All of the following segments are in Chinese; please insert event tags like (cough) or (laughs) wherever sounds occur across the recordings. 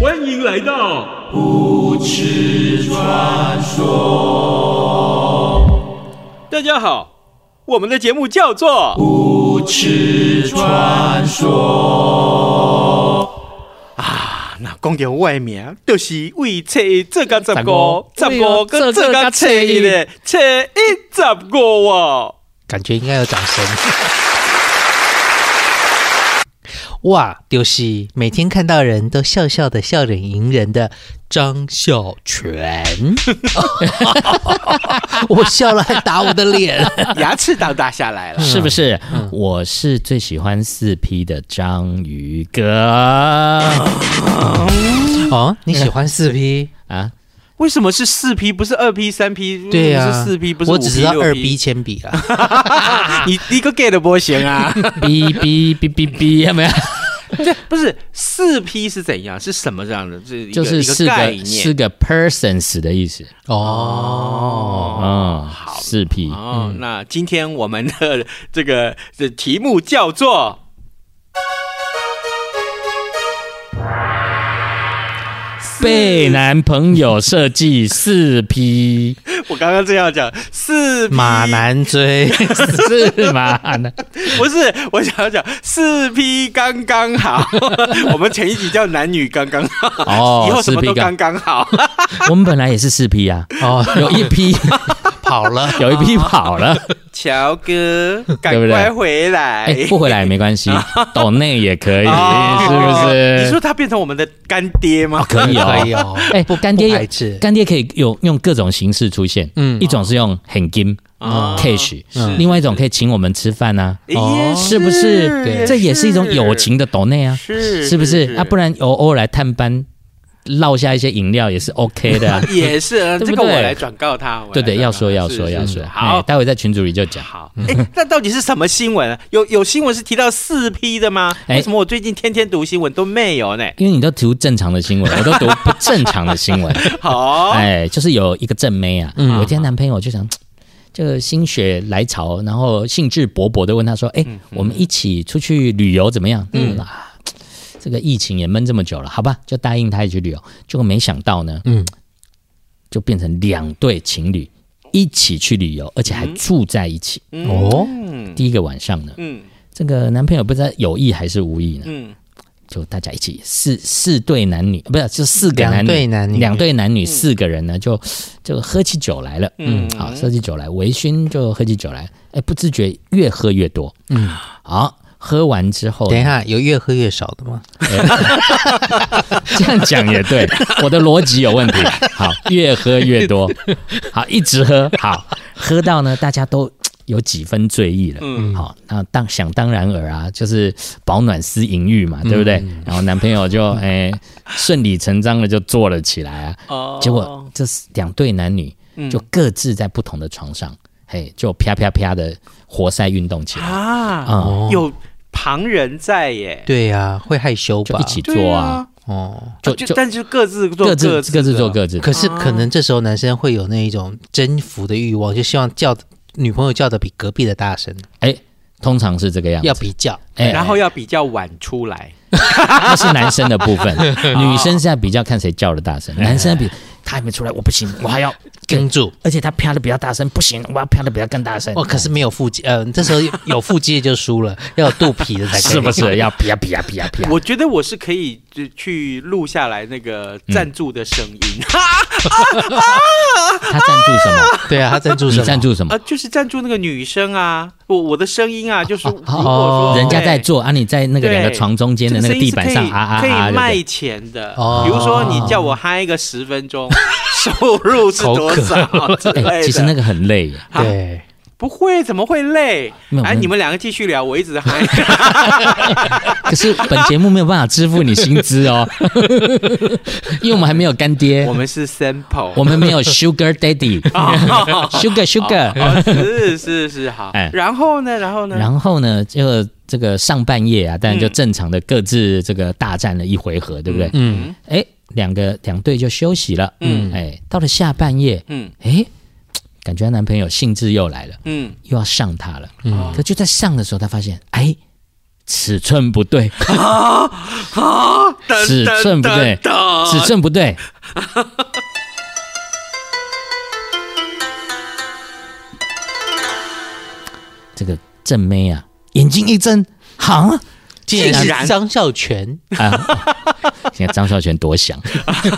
欢迎来到不耻传说。大家好，我们的节目叫做不耻传说。啊，那讲到我的名，就是为初一做到十五，十五十五跟做到初一的初一十五哦。感觉应该有掌声。 (laughs) 哇，就是每天看到人都笑笑的、笑脸迎人的张孝全， (laughs) 我笑了还打我的 (laughs) 脸。 (laughs) 牙齿都打下来了，是不是？嗯我是最喜欢四 P 的章鱼哥哎哦，你喜欢四 P？啊！为什么是四 P 不是二 P 三 P？对嗯呀、是四 P 不是五我 P 只知道二 B， B 铅笔啦。你你个 gay 的波形啊！ (laughs) 哔哔哔哔哔，有没有？对， (laughs) 不是四 P 是怎样？是什么这样的？这一个就是一个四概个四念个 persons 的意思。哦，哦，四 P 哦。那今天我们的 (laughs) 这个这题目叫做被男朋友设计四 P 我刚刚这样讲四 P 马男 (laughs) 追是吗？不是，我想要讲四 P 刚刚好。 (laughs) 我们前一集叫男女刚刚好，以哦后，什四么 P 都刚刚，刚好。 (laughs) 我们本来也是四 P 啊，哦，有一批跑了。有一批跑了，乔 (laughs) 哥，对赶不对快回来！哎，不回来也没关系，抖内也可以，是不哦你是说？他变成我们的干爹 (laughs) 吗？可以哦，可以哦，哎，干爹不排斥干爹可以用用各种形式出现，嗯嗯，一种是用很金啊 cash，是另外一种可以请我们吃饭啊，也是不对是？这也是一种友情的抖内啊，是。是不是？啊，不然偶偶尔来探班，落下一些饮料也是 OK 的啊也是，呃对这不个我对来转告他。我来对对，转告要说他要是说是要是说，哎好。待会在群组里就讲。好，哎，那到底是什么新闻啊？有有新闻是提到四 P 的吗？哎为什么我最近天天读新闻都没有 (laughs) 呢？因为你都读正常的 (laughs) 新闻，我都读不正常的新闻。好，哎，就是有一个正妹啊，有一天男朋友就想，这个心血来潮，然后兴致勃勃的问她说：“哎，嗯我们一起出去旅游怎么样？”嗯啊，这个疫情也闷这么久了，好吧，就答应她一起去旅游。结果没想到呢，嗯嗯，就变成两对情侣一起去旅游，而且还住在一起。哦，嗯第一个晚上呢，嗯这个男朋友不知道有意还是无意呢，嗯，就大家一起四四对男女，不是就四个男两女，对男女嗯两对男女四个人呢，就就喝起酒来了，嗯，好，喝起酒来，微醺就喝起酒来，哎，不自觉越喝越多，嗯，好，喝完之后，等一，下，有越喝越少的吗？这样讲也对，我的逻辑有问题，好，越喝越多，好，一直喝，好，喝到呢，大家都。有几分醉意了，嗯，好，那当想当然尔啊，就是保暖思淫欲嘛，对不对？然后男朋友就哎顺理成章的就坐了起来啊，哦嗯结果这两对男女就各自在不同的床上，嘿，就啪啪啪的活塞运动起来啊、啊，有旁人在耶，对呀、会害羞就吧？一起对做啊，，哦。就就就但就各自做各自自各自做的各自的，可是可能这时候男生会有那一种征服的欲望，就希望叫女朋友叫的比隔壁的大声，哎，通常是这个样子要，比较。哎，然后要比较晚出来，那是男生的 (laughs) 部分，哦女生现在比较看谁叫的大声，男生比他还没出来，我不行，我还要跟住。而且他啪的比较大声，不行，我要啪的比较更大声，哦，可是没有腹肌，呃，这时候有腹肌的就输了，要有肚皮的才可以。是不是要啪啪啪啪啪？我觉得我是可以就去录下来那个赞助的声音、嗯他赞助什么？对啊，他赞助什你么？赞助什 (laughs) 么啊，？就是赞助那个女生啊，我我的声音啊，就是如果哦说人家在对做啊，你在那个两个对床中间的那个地板上这个啊啊声音是可以啊，可以对卖不钱的。哦比如说你叫我嗨个十分钟， (laughs) 收入是多少之对？类哎，的？其实那个很累耶，啊对，不会，怎么会累没有？哎，我们你们两个继续聊，我一直 (laughs) 嗨。可是本节目没有办法支付你薪资 (laughs) 哦，因为我们还没有干爹我，们是 sample，我们没有 Sugar (laughs) Daddy，Sugar Sugar。哦是是是好哎。然后呢？然后呢？然后呢，就这个上半夜啊，当然就正常的各自这个大战了一回合，对不对？嗯，哎，两个两队就休息了。嗯嗯，哎，到了下半夜，嗯哎，感觉她男朋友兴致又来了，嗯，又要上她了。嗯，可就在上的时候，她发现，哎，尺寸不对，噔尺寸不对，噔噔尺寸不对。这个正妹啊，眼睛一睁，哈，竟竟然然张孝全啊！现在张孝全多想，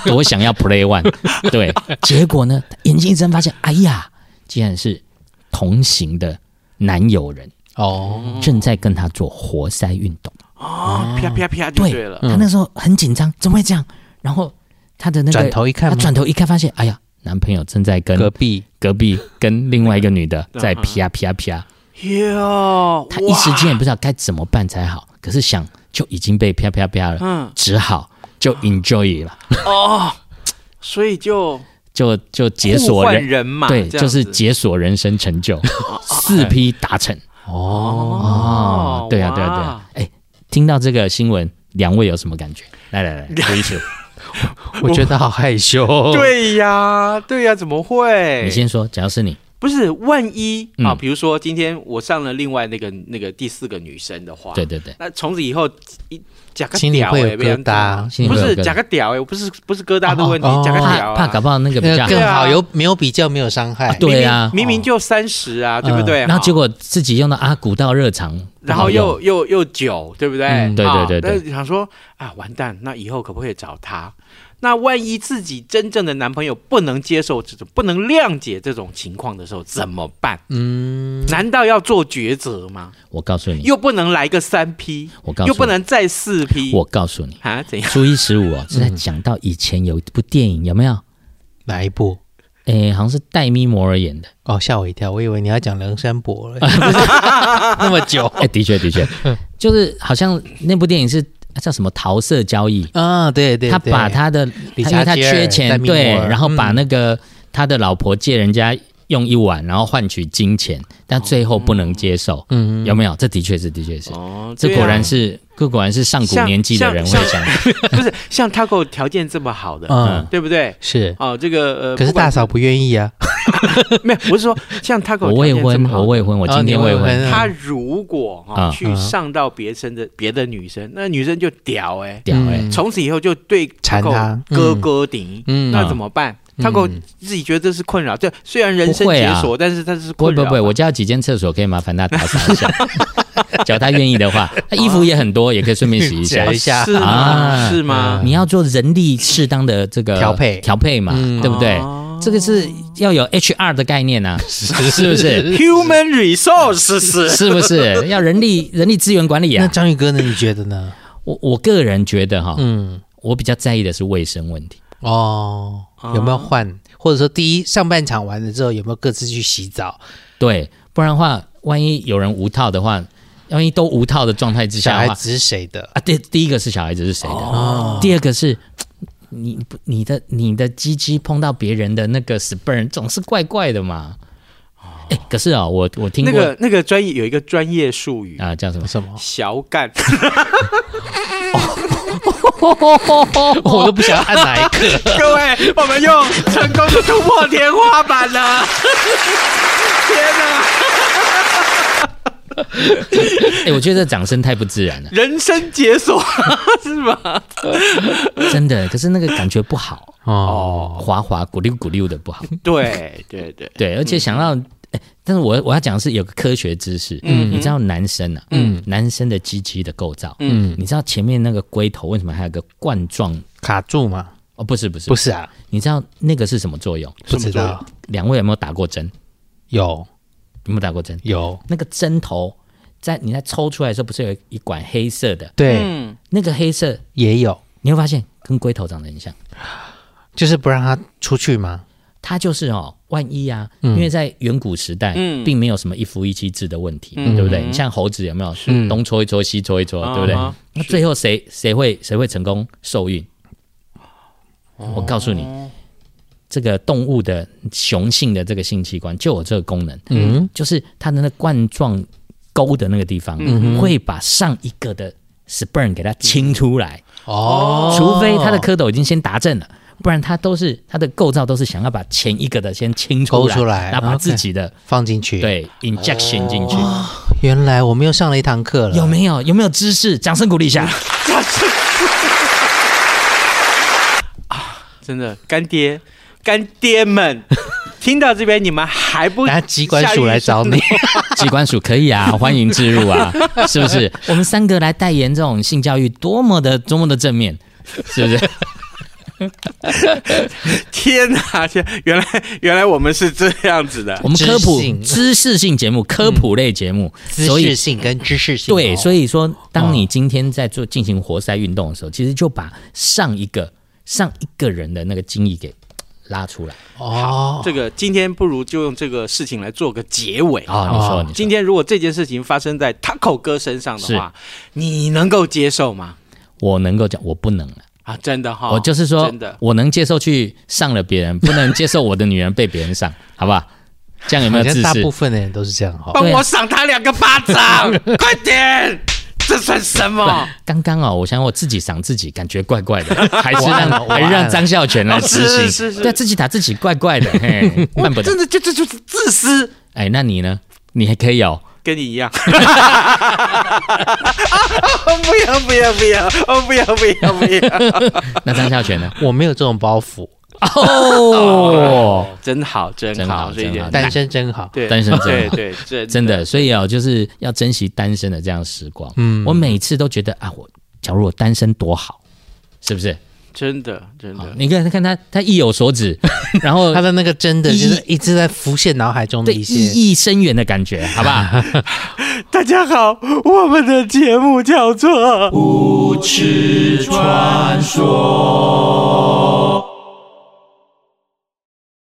多想要 play one，对，结果呢，眼睛一睁发现，哎呀，竟然是同行的男友人哦，正在跟他做活塞运动，啊，啪啪啪就哦对嗯对了。他那时候很紧张，怎么会这样？然后他的那个转头一看吗他转头一看发现，哎呀，男朋友正在跟隔壁隔壁跟另外一个 (laughs) 女的嗯在啪啪啪，哟，他一时哇间也不知道该怎么办才好，可是想就已经被啪啪啪了，嗯啊只好就 enjoy 了，哦，所以就就就解互锁换人人嘛，对，这就样是子哦解锁人生 (laughs) 成就，四 P 达成哦，哦，对啊对啊对啊，哎，听到这个新闻，两位有什么感觉？来来来，(laughs) 回去，我觉得好害 (laughs) 羞。哇，对呀，对呀，怎么会？哦你先哎说，只要是你，不是万一嗯啊，比如说今天我上了另外那个那个第四个女生的话，对，对对，那从此以后一假个心里屌会有哎，被疙人瘩，心里不会有是疙瘩假个屌哎，我不是不是疙瘩的问题哦哦，假个屌怕怕搞啊，不好那个比较那好更好，对啊有没有比较没有伤害？对啊，明明就三十啊，对不嗯对？然后结哈果自己用到啊古道热肠，不然好后用又又又久，对不对？嗯对啊对对对那想说啊，完蛋，那以后可不可以找他？那万一自己真正的男朋友不能接受这种、不能谅解这种情况的时候怎么办？嗯嗯，难道要做抉择吗？我告诉你，又不能来个三 P，我告诉你又不能再四 P，我告诉你，啊怎样？初一十嗯五哦是在讲到以前有一部电影有没有？哪一部？诶，好像是戴咪摩尔演的，哦，吓我一跳，我以为你要讲梁山伯 (laughs) 了， (laughs) 那么久哎，的确 (laughs) 的确，就是好像那部电影是啊叫什么桃色交易，啊！对对，他对把他的，理因查为他吉尔缺戴钱，咪对，摩尔然后把嗯那个他的老婆借人家用一晚，然后换取金钱，但最后不能接受，哦嗯，有没有？这的确是，的确是，哦，这对啊果然是，这果然是上古像年纪的像人会像想， (laughs) 不是像 Taco 条件这么好的，嗯对不对？是，哦，这个呃，可是不管大嫂不愿意啊。没有，我是说像 Taco 我未条件这婚，么好我未婚，我哦今你天未未婚婚，他如果哈、嗯啊去上到别生的别的女生，那女生就屌哎、屌哎、嗯从此以后就对缠他 Taco 哥哥顶，嗯那怎么办？嗯 Taco 自己觉得这是困扰，这虽然人生不会解啊锁，但是他是不会困不扰。会不会，我家有几间厕所，可以麻烦他打 (laughs) 扫一下。只要他愿意的话，那衣服也很多，也可以顺便洗一下夹。一下是 (laughs) 吗？啊是吗？你要做人力适当的这个调配调配嘛，嗯对不对哦？这个是要有 HR 的概念啊，是不是？ Human resources 是不是要人力人力资源管理那啊？章鱼哥呢？你觉得呢？我我个人觉得哈，嗯，我比较在意的是卫生问题。 (laughs) 哦，有没有换？或者说，第一上半场完了之后，有没有各自去洗澡？对，不然的话，万一有人无套的话，万一都无套的状态之小下孩的话，子哦是谁的？啊，第第一个是小孩子是谁的，第二个是你不你的你的鸡鸡碰到别人的那个 sperm 总是怪怪的嘛。哦哎、可是啊、我我听那过个那个专业有一个专业术语，啊、叫什么？什 (laughs) 么？小干。 (laughs) 我都不想按哪一个。各位，我们又成功的突破天花板了！ (laughs) 天哪！哎、我觉得这掌声太不自 (laughs) 然了，人生解锁 (laughs) 是吧？真的。可是那个感觉不好，哦，滑滑咕溜咕溜的不好。 (laughs) 对对对，嗯对，而且想到、哎，但是我我要讲的是有个科学知识，嗯你知道男生啊，嗯男生的鸡鸡的构造，嗯你知道前面那个龟头为什么还有个冠状？卡住嘛？哦，不是不是不，是啊，你知道那个是什么作用？不知什么道，两位有没有打过针？有有没有打过针？有，那个针头在你在抽出来的时候，不是有一管黑色的？对，嗯，那个黑色也有，你会发现跟龟头长得很像。就是不让它出去嘛。它就是哦，万一啊，因为在远古时代，嗯并没有什么一夫一妻制的问题，嗯对不对？你像猴子有没有东搓一搓，西搓一搓，啊对不对哈？那最后谁谁会谁会成功受孕？哦我告诉你，这个动物的雄性的这个性器官就有这个功能，嗯，就是它的那冠状沟的那个地方，会把上一个的 sperm 给它清出来，哦除非它的蝌蚪已经先达阵了，不然它都是它的构造都是想要把前一个的先清出勾来，出来然后把 OK 自己的、放进去。，对 injection 进去。嗯原来我们又上了一堂课了。哦有没有有没有知识？掌声鼓励一下！真的干爹干爹们， (laughs) 听到这边你们还不拿机关署来找 (laughs) 你？机关署可以啊，欢迎置入 (laughs) 啊，是不是？我们三个来代言这种性教育，多么的多么的正面，是不是？ (laughs) 天哪！天，原来原来我们是这样子的哦我。们科普知性知识性嗯节目、科普类节目，知所以识性跟知识性哦、对，所以以说，当你今天在做进行活塞运动的时候，其实就把上一个上一个人的那个精液给拉出来。哦，这个今天不如就用这个事情来做个结尾哦啊、你说，你说今天如果这件事情发生在 Taco 哥身上的话，你能够接受吗？我能够讲，我不能了。啊，真的哈，我就是说真的，，我能接受去上了别人，不能接受我的女人被别人上， (laughs) 好不好？这样有好没有像自大私啊部？分的人都是这样哈、帮我赏他两个巴掌， (laughs) 快点！这算什么？刚刚哦，我想我自己赏自己，感觉怪怪 (laughs) 的，还是我按了让我按还了是让张孝全来执哦行，是是是对自己打自己怪怪的，嘿，办不真得。的就这就是自私，哎，那你呢？你还可以哦。跟你一样。哦不要不要不要！哦，不要不要不要！那张 (laughs) 孝全呢？我没有这种包袱，哦，真好哦真真好，好这一真点好单身真好。对单身真对好对真真的，所以哦，就是要珍惜单身的这样时光。嗯，我每次都觉得啊，我假如我单身多好，是不是？真的真好的，你看，看他，他意有所指，然 (laughs) 后他的那个真的就是一直在浮现脑海中的对一些。意义深远的感觉，好不好？大家好，我们的节目叫做